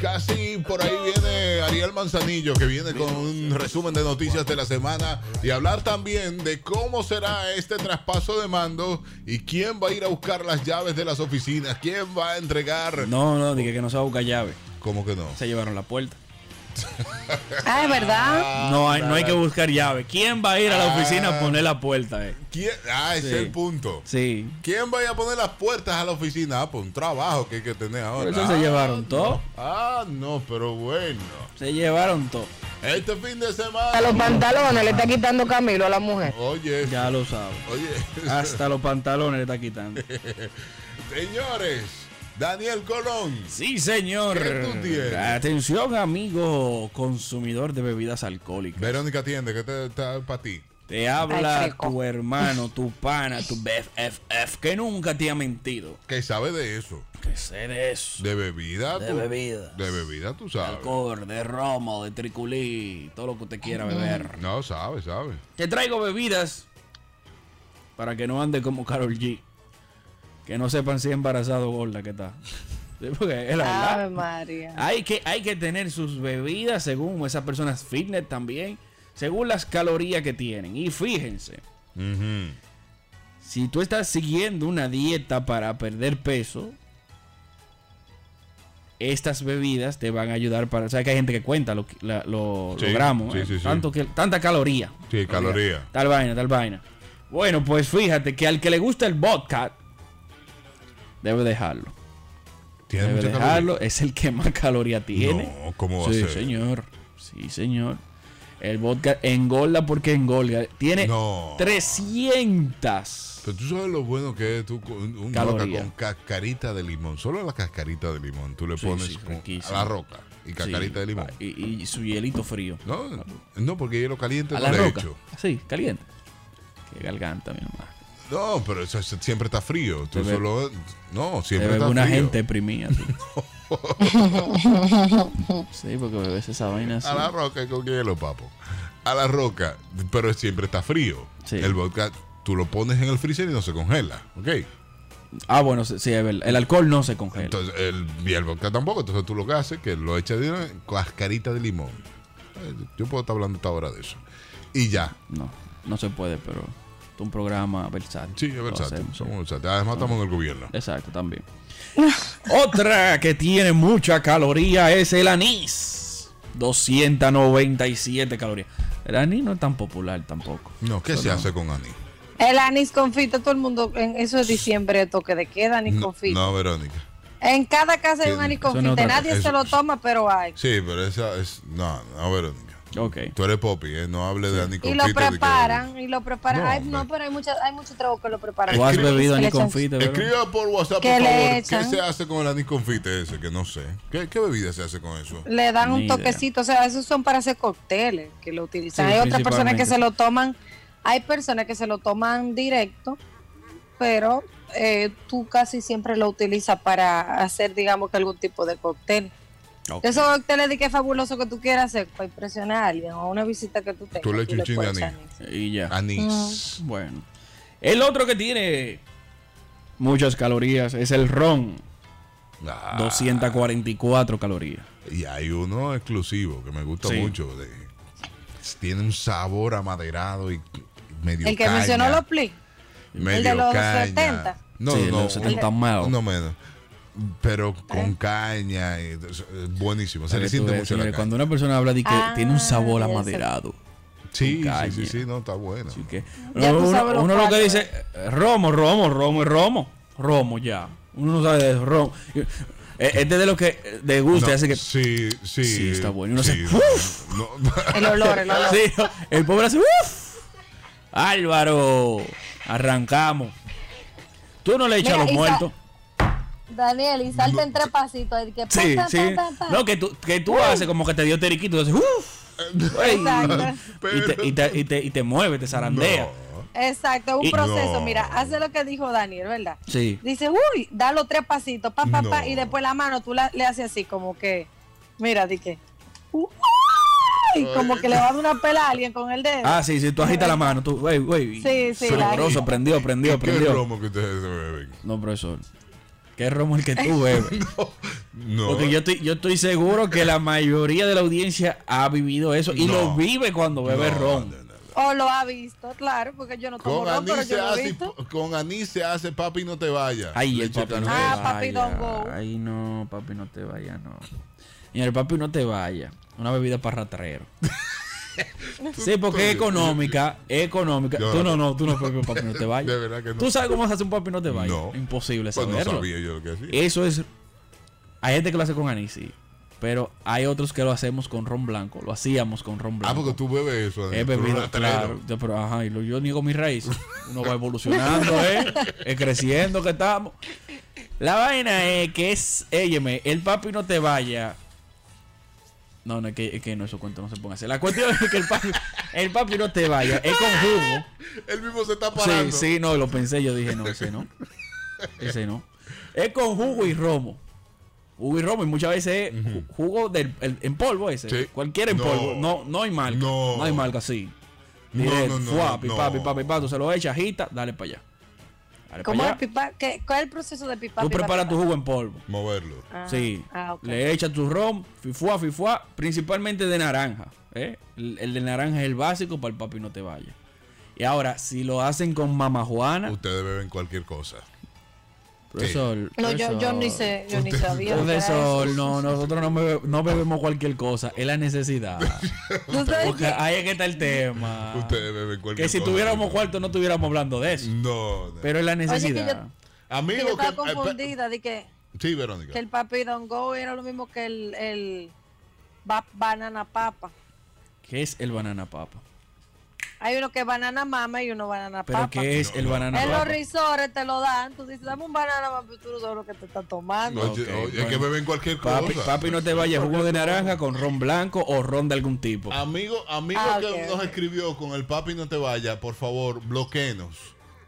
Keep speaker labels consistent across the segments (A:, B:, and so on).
A: casi por ahí viene Ariel Manzanillo, que viene con un resumen de noticias de la semana y hablar también de cómo será este traspaso de mando y quién va a ir a buscar las llaves de las oficinas, quién va a entregar.
B: No, no, dije que no se va a buscar llave.
A: ¿Cómo que no?
B: Se llevaron la puerta.
C: Ah, es verdad.
B: No hay, no hay que buscar llave. ¿Quién va a ir a la
A: Ah.
B: oficina a poner la puerta? eh?
A: ¿Quién? Ah, ese
B: Sí.
A: es el punto.
B: Sí.
A: ¿Quién vaya a poner las puertas a la oficina? Ah, pues un trabajo que hay que tener ahora.
B: Por eso se
A: Ah,
B: llevaron
A: no.
B: todo.
A: Ah, no, pero bueno.
B: Se llevaron todo.
A: Este fin de
C: A los
A: semana.
C: pantalones le está quitando Camilo a la mujer.
A: Oye,
B: Ya lo sabes.
A: oye,
B: Hasta los pantalones le está quitando.
A: señores, Daniel Colón.
B: Sí, señor.
A: ¿Qué tú tienes?
B: Atención, amigo consumidor de bebidas alcohólicas.
A: Verónica Tiende, ¿qué te está para ti?
B: Te
C: Ay,
B: habla
C: chico.
B: tu hermano, tu pana, tu BFF, que nunca te ha mentido.
A: Que sabe de eso.
B: Que sé de eso.
A: De bebida.
B: De
A: tú-
B: bebidas.
A: De bebida, tú
B: De
A: sabes.
B: alcohol, de romo, de triculí, todo lo que usted quiera beber.
A: No, sabe, sabe.
B: Te traigo bebidas para que no ande como Carol G. Que no sepan si es embarazado o gorda que está. Sí, porque es la verdad.
C: Ave María.
B: Hay que, hay que tener sus bebidas según esas personas fitness también, según las calorías que tienen. Y fíjense,
A: Ujú.
B: si tú estás siguiendo una dieta para perder peso, estas bebidas te van a ayudar para... O sea, que hay gente que cuenta lo, que- la- lo-
A: Sí,
B: los gramos,
A: sí,
B: eh,
A: sí, sí.
B: tanto que, tanta caloría.
A: Sí, caloría.
B: Tal vaina, tal vaina. Bueno, pues fíjate que al que le gusta el vodka, debe dejarlo.
A: Tiene
B: Debe
A: mucha
B: dejarlo, es el que más caloría tiene.
A: caloría. No, ¿cómo va
B: Sí,
A: a ser?
B: señor. Sí, señor. El vodka engorda porque engorda. Tiene
A: No.
B: 300.
A: Pero tú sabes lo bueno que es tú con un un roca
B: Caloría.
A: con cascarita de limón. Solo la cascarita de limón. Tú le
B: Sí,
A: pones
B: sí,
A: con- a
B: riquísimo.
A: la roca y cascarita
B: Sí,
A: de limón.
B: Y, y su hielito frío.
A: No, no, porque hielo caliente
B: A
A: no
B: la
A: le he
B: roca.
A: hecho.
B: Sí, caliente. Qué garganta, mi mamá.
A: No, pero eso, eso siempre está frío. Tú
B: Debe-
A: solo. No,
B: Te
A: siempre
B: bebe
A: está
B: una
A: frío.
B: gente deprimida. tú. sí, porque bebes esa vaina así.
A: A la roca con hielo, papo. A la roca, pero siempre está frío.
B: Sí.
A: El vodka, tú lo pones en el freezer y no se congela. ¿Ok?
B: Ah, bueno, sí, sí, es verdad. El alcohol no se congela.
A: Entonces, el, y el vodka tampoco. Entonces, tú lo que haces es que lo echas de una cascarita de limón. Eh, Yo puedo estar hablando esta hora de eso. Y ya.
B: No, no se puede, pero es un programa versátil.
A: Sí, es
B: Lo
A: versátil.
B: hacemos.
A: Somos versátiles. Además, estamos en el gobierno.
B: Exacto, también. Otra que tiene mucha caloría es el anís. 297 calorías. El anís no es tan popular tampoco.
A: No, ¿qué se hace con anís?
C: El anís confita, todo el mundo, en eso es diciembre, toque de queda, anís
A: No,
C: confita.
A: no, Verónica.
C: En cada casa hay
A: Eso
C: un anís
B: no es
C: confita,
B: otra
C: nadie
A: cosa.
C: se lo toma, pero hay.
A: Sí, pero esa es. No, no, Verónica.
B: Ok.
A: Tú eres Poppy, ¿eh? No hables de Annie
C: Y lo
A: Confite, de que-
C: preparan, y lo preparan.
A: No,
C: Ay,
A: hombre.
C: no, pero hay, mucha, hay mucho trabajo que lo preparan.
B: ¿Tú has
C: Que le
B: bebido anís
C: echan-
B: confite? Vero?
A: Escriba por WhatsApp,
C: ¿Qué
A: por
C: le
A: favor. ¿Qué
C: echan?
A: se hace con el anís confite ese? Que no sé. ¿Qué, qué bebida se hace con eso?
C: Le dan
B: Ni
C: un
B: idea.
C: toquecito, o sea, esos son para hacer cócteles que lo utilizan.
B: Sí,
C: hay otras personas
B: principalmente.
C: que se lo toman, hay personas que se lo toman directo, pero eh, tú casi siempre lo utilizas para hacer, digamos, que algún tipo de cóctel.
B: Ok.
C: Esos cócteles de que es fabuloso que tú quieras hacer para impresionar a alguien o una visita que tú tengas.
A: Tú le echas un chin de
C: puedes
A: anís.
C: echar
B: Y ya.
A: Anís.
B: Bueno. El otro que tiene muchas calorías es el ron.
A: Ah,
B: 244 calorías.
A: Y hay uno exclusivo que me gusta
B: Sí.
A: mucho. de- tiene un sabor amaderado y medio
C: El que
A: caña,
C: mencionó los plis.
A: medio
C: de los
A: caña.
C: 70.
A: No,
B: Sí,
A: no,
B: los Ah, 70
A: un-
B: mao.
A: No menos. Pero
C: Eh.
A: con caña. y- es buenísimo. Se le
B: Para que tú
A: siente
B: veas,
A: mucho la
B: señores,
A: caña.
B: Cuando una persona habla de que
C: Ah,
B: tiene un sabor
C: ya sé.
B: amaderado.
A: Sí,
B: caña.
A: sí, sí, sí, no, está bueno.
B: Así que-
C: Ya tú
B: uno
C: sabes lo
B: uno lo que
C: cual,
B: dice, eh, romo, romo, romo, y romo, romo ya. Uno no sabe de romo. Eh, Este de lo que de gusta,
A: No,
B: así que
A: Sí, sí.
B: Sí, está bueno. Y uno
A: sí,
B: se-
A: no,
C: El olor, el olor.
B: Sí, el pobre hace ¡Uf! Álvaro, arrancamos. Tú no le echas
C: Mira,
B: a los
C: y sa-
B: muertos.
C: Daniel, y salta en tres pasitos. el que pa,
B: Sí,
C: pa, pa,
B: sí.
C: pa, pa.
B: No, que tú, que tú haces como que te dio teriquito. Entonces, ¡Uf! Ey.
C: Exacto.
B: Y te, y, te, y, te, y te mueve, te zarandea.
A: No.
C: Exacto, un
B: Y-
C: proceso.
A: No.
C: Mira, hace lo que dijo Daniel, ¿verdad?
B: Sí.
C: Dice, uy, da los tres pasitos, pa, pa, pa,
A: No.
C: y después la mano tú la- le haces así, como que, mira, di que, uy, como que le va a dar una pela a alguien con el dedo.
B: Ah, sí, sí, tú agitas la mano. Tú, güey, güey.
C: Sí, sí, la-
B: Sabroso, prendió, prendió,
A: ¿Qué
B: prendió.
A: romo que ustedes se beben?
B: No, profesor. ¿Qué romo el que tú bebes?
A: No, No.
B: Porque yo estoy, yo estoy seguro que la mayoría de la audiencia ha vivido eso y
A: No.
B: lo vive cuando bebe
A: No,
B: ron.
A: no, no, no.
C: O lo ha visto, claro, porque yo no tomo
A: Con
C: ron, pero
A: anís, se
C: yo lo he
A: hace,
C: visto.
A: con anís se hace papi no te vayas.
B: Ay, el
A: Leche
B: papi no te
A: caliente.
C: Ah, papi, don't go.
B: vaya. Ay, no, papi, no te vaya, no. Y el papi no te vaya. Una bebida para ratrero. sí, porque es económica, es económica.
A: Yo
B: tú
A: no-
B: no, no, tú no puedes papi no te vaya.
A: De verdad que no.
B: ¿Tú sabes cómo se hace un papi no te vaya?
A: No.
B: Imposible
A: Pues no
B: saberlo.
A: sabía yo lo que hacía.
B: Eso es. Hay gente que lo hace con anís, sí. Pero hay otros que lo hacemos con ron blanco. Lo hacíamos con ron
A: Ah,
B: blanco.
A: porque tú bebes eso.
B: He
A: eh, tú
B: bebido,
A: eres rastrero.
B: claro. Yo, pero, ajá, y lo- yo niego mis raíces. Uno va evolucionando, ¿eh? Es creciendo que estamos. La vaina es que es, éyeme, el papi no te vaya. No, no, es que, es que no, eso cuento no se ponga así. La cuestión es que el papi, el papi no te vaya. Es con jugo.
A: Él mismo se está
B: Sí,
A: parando.
B: sí, no, lo pensé, yo dije, no, ese no. Ese no. Es con jugo y romo. Jugo y romo, y muchas veces es ju- jugo del, el- en polvo ese.
A: Sí.
B: Cualquier en
A: No.
B: polvo. No, no hay marca.
A: No.
B: No, hay marca, sí.
A: No, no,
B: Directo,
A: no,
B: fuá,
A: no,
B: pipá,
A: no.
B: pipá, pipá, tú se lo echas, agita, dale para allá. Dale
C: ¿Cómo
B: pa'
C: es
B: allá.
C: pipa? ¿Qué, ¿Cuál es el proceso de pipa?
B: Tú
C: pipa,
B: preparas
C: pipa?
B: tu jugo en polvo.
A: Moverlo.
C: Ah,
B: sí.
C: Ah, ok.
B: Le echas tu rom, fifuá, fifuá, principalmente de naranja. ¿eh? El, el de naranja es el básico para el papi no te vaya. Y ahora, si lo hacen con mamajuana,
A: Ustedes beben cualquier cosa.
B: Profesor.
C: No, yo, yo ni
B: profesor.
C: sé, yo ni sabía. lo que era
B: Profesor,
C: eso.
B: no, nosotros no, bebe- no bebemos cualquier cosa, es la necesidad.
C: ¿Tú sabes
B: Porque
C: qué?
B: ahí es que está el tema.
A: Ustedes beben cualquier
B: Ah. Que si
A: cosa.
B: tuviéramos cuarto no estuviéramos hablando de eso.
A: No, no.
B: Pero es la
C: que
B: necesidad.
A: Amigo
C: Yo estaba
A: que- eh, pe-
C: confundida de que,
A: Sí, Verónica.
C: que el papi Don Go era lo mismo que el, el ba- banana papa.
B: ¿Qué es el banana papa?
C: Hay uno que es banana mama y uno banana
B: ¿Pero
C: papa.
B: qué es
A: No,
B: el
A: no.
B: banana
C: En los
B: papa?
C: risores te lo dan. Tú dices, dame un banana mama, pero tú no sabes lo que te estás tomando.
A: Oye,
B: Ok,
A: oye, Es
B: bueno.
A: que beben cualquier cosa.
B: Papi, papi, no te vayas, jugo de naranja con ron blanco o ron de algún tipo.
A: Amigo, amigo
C: Ah,
A: que
C: ok,
A: nos
C: ok.
A: escribió con el papi no te vaya, por favor, bloquenos.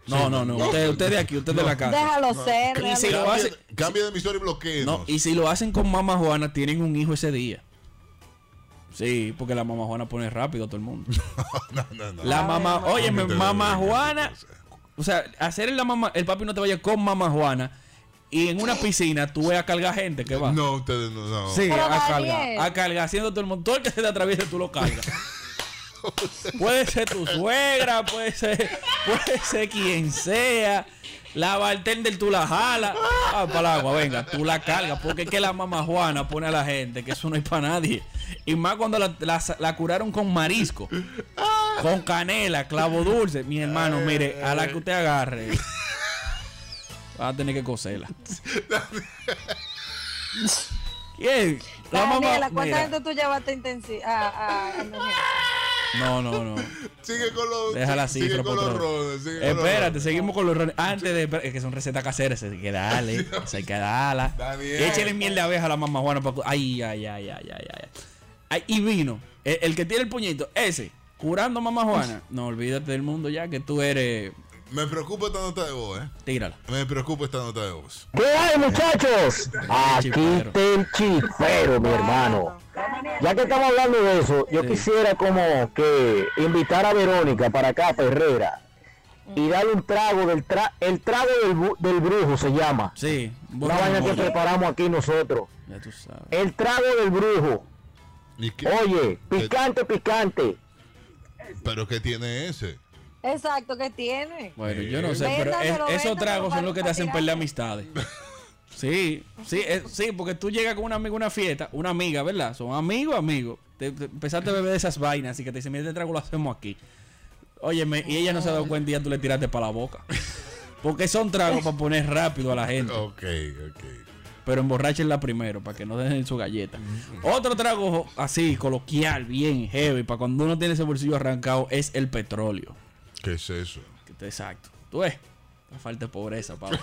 B: No, no, no, usted, usted de aquí, usted de la casa.
C: Déjalo ser.
B: Y
C: déjalo
B: si lo
C: ser.
B: hace-
A: Cambia de emisor y bloquenos.
B: No, y si lo hacen con mamá Juana, tienen un hijo ese día. Sí, porque la mamá Juana pone rápido a todo el mundo.
A: no, no, no.
B: La mamá,
C: bueno.
B: oye,
A: Ah, Obviamente
B: mamá
A: debe haber
B: Juana,
A: cualquier
B: o sea, hacer la mamá, el papi no te vaya con mamá Juana y en una piscina tú vas a cargar gente que va.
A: No, ustedes no. no.
B: Sí,
C: Pero
B: a
C: Daniel.
B: cargar, a cargar, haciendo todo el montón que se te atraviese tú lo cargas. puede ser tu suegra, puede ser, puede ser quien sea. La bartender tú la jala para el agua, venga, tú la cargas, porque es que la mamá Juana pone a la gente, que eso no es para nadie. Y más cuando la, la- la curaron con marisco. Con canela, clavo dulce. Mi hermano, mire, a la que usted agarre, va a tener que coserla. ¿Quién? La
C: Daniela,
B: mamá.
C: ¿cuánta
B: mira.
C: gente tú llevaste intensi- Ah, a, a- a mujer?
B: No, no, no.
A: Sigue con los.
B: Déjala así.
A: sigue
B: pero
A: con
B: para
A: los
B: otro lado.
A: rones. sigue con los
B: Espérate,
A: rones.
B: seguimos con los rones. Antes de. Es que son recetas caseras. Hay que darle. esa Hay que darla.
A: Daniel.
B: Échale miel de abeja a la mamá Juana. para cu- Ay, ay, ay, ay, ay, ay. Ay, y vino. El, el que tiene el puñito, ese. Curando a mamá Juana. No, olvídate del mundo ya que tú eres.
A: Me preocupa esta nota de voz, ¿eh?
B: Tírala.
A: Me preocupa esta nota de voz.
D: ¿Qué hay, muchachos? Aquí
B: chipero.
D: está el chipero, mi hermano. Ya que estamos hablando de eso, yo
B: Sí.
D: quisiera como que invitar a Verónica para acá, a Herrera, y darle un trago del tra el trago del, bu- del brujo se llama.
B: Sí.
D: Una
B: buena
D: vaina que
B: memoria.
D: preparamos aquí nosotros.
B: Ya tú sabes.
D: El trago del brujo.
A: ¿Y qué-
D: Oye, picante, picante.
A: ¿Pero qué tiene ese?
C: Exacto, ¿qué tiene?
B: Bueno, yo no sé, pero
C: Véndamelo,
B: es-
C: véndamelo
B: esos tragos
C: para-
B: son los que te
C: para
B: hacen
C: tirarlo.
B: perder amistades. Sí, sí, es- sí, porque tú llegas con un amigo a una fiesta, una amiga, ¿verdad? Son amigos, amigos. Te, te- empezaste a beber de esas vainas, así que te dicen, mira, este trago lo hacemos aquí. Óyeme, y ella no se ha dado cuenta y ya tú le tiraste para la boca. Porque son tragos para poner rápido a la gente.
A: Ok, ok.
B: Pero emborrachenla primero, para que no dejen su galleta. Otro trago así, coloquial, bien heavy, para cuando uno tiene ese bolsillo arrancado, es el petróleo.
A: ¿Qué es eso?
B: Que te- Exacto. Tú ves. La falta de pobreza, Pablo.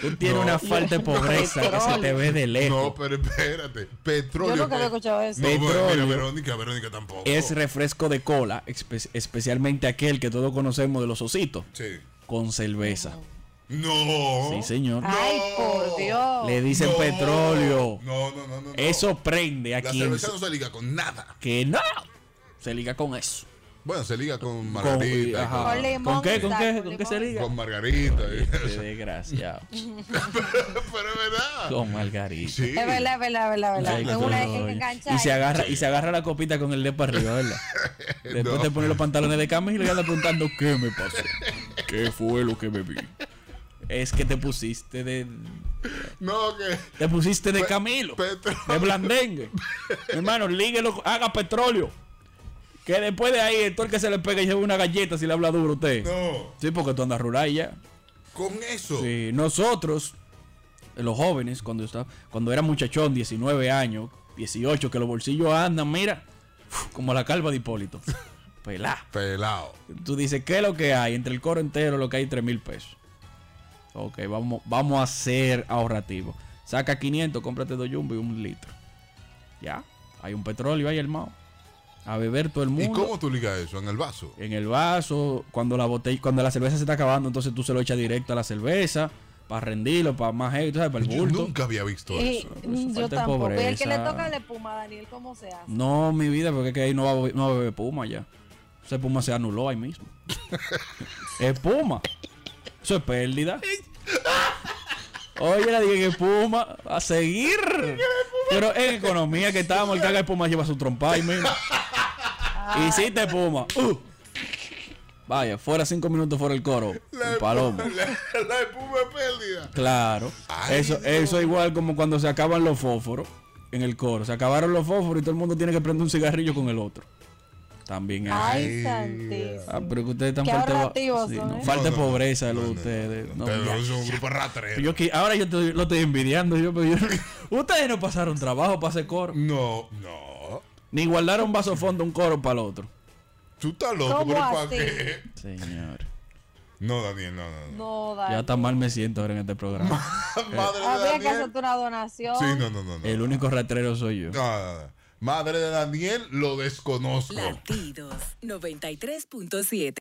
B: Tú tienes una falta de pobreza que se te ve de lejos.
A: No, pero espérate. Petróleo.
C: Yo nunca había escuchado eso.
A: No, bueno,
B: Petróleo.
A: mira, Verónica, Verónica tampoco.
B: Es refresco de cola, espe- especialmente aquel que todos conocemos de los ositos,
A: Sí.
B: con cerveza.
A: No.
B: Sí, señor.
C: Ay,
A: No.
C: por Dios.
B: Le dicen
A: No.
B: petróleo.
A: No, no, no, no. no.
B: Eso prende a
A: La
B: quien
A: cerveza no se liga con nada.
B: que no se liga con eso.
A: Bueno, se liga con
B: Con,
A: Margarita.
B: ajá.
A: Con,
C: Con limón,
B: ¿Con qué? ¿Con qué?
C: exacto,
B: ¿Con qué se
C: limón.
B: liga?
A: con Margarita.
B: Este desgraciado.
A: Pero es verdad.
B: Con Margarita.
A: Sí.
C: Es verdad, es verdad, es verdad, es verdad.
B: Ay,
C: Es una
B: coño.
C: que engancha
B: y se
C: ahí.
B: agarra y se agarra la copita con el dedo para arriba, ¿verdad? Después
A: No.
B: te pone los pantalones de cama y le anda preguntando qué me pasó, qué fue lo que me vi. Es que te pusiste de
A: No, que
B: te pusiste de Camilo,
A: Petro-
B: de blandengue. Mi hermano, líguelo, haga petróleo. Que después de ahí, el todo el que se le pega y lleva una galleta si le habla duro a usted.
A: no.
B: Sí, porque tú andas rural ya.
A: Con eso.
B: Sí, nosotros, los jóvenes, cuando, está, cuando era muchachón, 19 años, 18, que los bolsillos andan, mira, uf, como la calva de Hipólito. Pelá.
A: Pelado.
B: Tú dices, ¿qué es lo que hay? Entre el coro entero, lo que hay, 3 mil pesos. Ok, vamos, vamos a ser ahorrativos. Saca 500, cómprate dos jumbo y un litro. Ya, hay un petróleo ahí, hermano. A beber todo el mundo
A: ¿Y cómo tú ligas eso? ¿En el vaso?
B: en el vaso, cuando la botella, cuando la cerveza se está acabando, entonces tú se lo echas directo a la cerveza para rendirlo, para más hey, tú sabes, para el
A: Yo
B: bulto.
A: nunca había visto
C: Y-
A: eso.
B: eso
C: yo
B: falta de
C: tampoco. Y el que le
B: pobreza.
C: toca la espuma, Daniel, ¿cómo se hace?
B: No, mi vida, porque es que ahí no va a, be- no va a beber puma ya. Esa puma se anuló ahí mismo. es puma. Eso es pérdida. Oye, la dije que puma a seguir. Pero en economía que estábamos, el caga de puma lleva su trompa ahí mismo. Hiciste puma. Uh. Vaya, fuera cinco minutos fuera el coro. El palomo.
A: La, la espuma es pérdida.
B: Claro.
A: Ay,
B: eso,
A: no.
B: eso es igual como cuando se acaban los fósforos en el coro. Se acabaron los fósforos y todo el mundo tiene que prender un cigarrillo con el otro. También es.
A: Ay,
C: Ay, santísimo.
B: Ah, pero que ustedes están
C: Qué
B: falta de-
C: ahorrativos son,
B: no,
C: ¿eh?
B: falta de
A: No, no,
B: pobreza de
A: no,
B: lo de
A: no,
B: ustedes. No,
A: Pero
B: ya.
A: es un grupo ratrero.
B: Yo que- ahora yo estoy- lo estoy envidiando. Yo, pero yo- ustedes no pasaron trabajo para ese coro.
A: No, no.
B: Ni guardaron vaso fondo un coro para el otro.
A: Tú estás loco,
C: ¿Cómo
A: pero ¿para
C: así?
A: qué?
B: Señor.
A: No, Daniel, no, no. no.
C: No,
B: Ya
C: Daniel.
B: tan mal me siento ahora en este programa.
A: Madre de
C: Habría que
A: Daniel.
C: hacerte una donación.
A: Sí, no, no, no. no.
B: El único ratrero soy yo.
A: No, no, no. Madre de Daniel, lo desconozco.
E: Latidos 93.7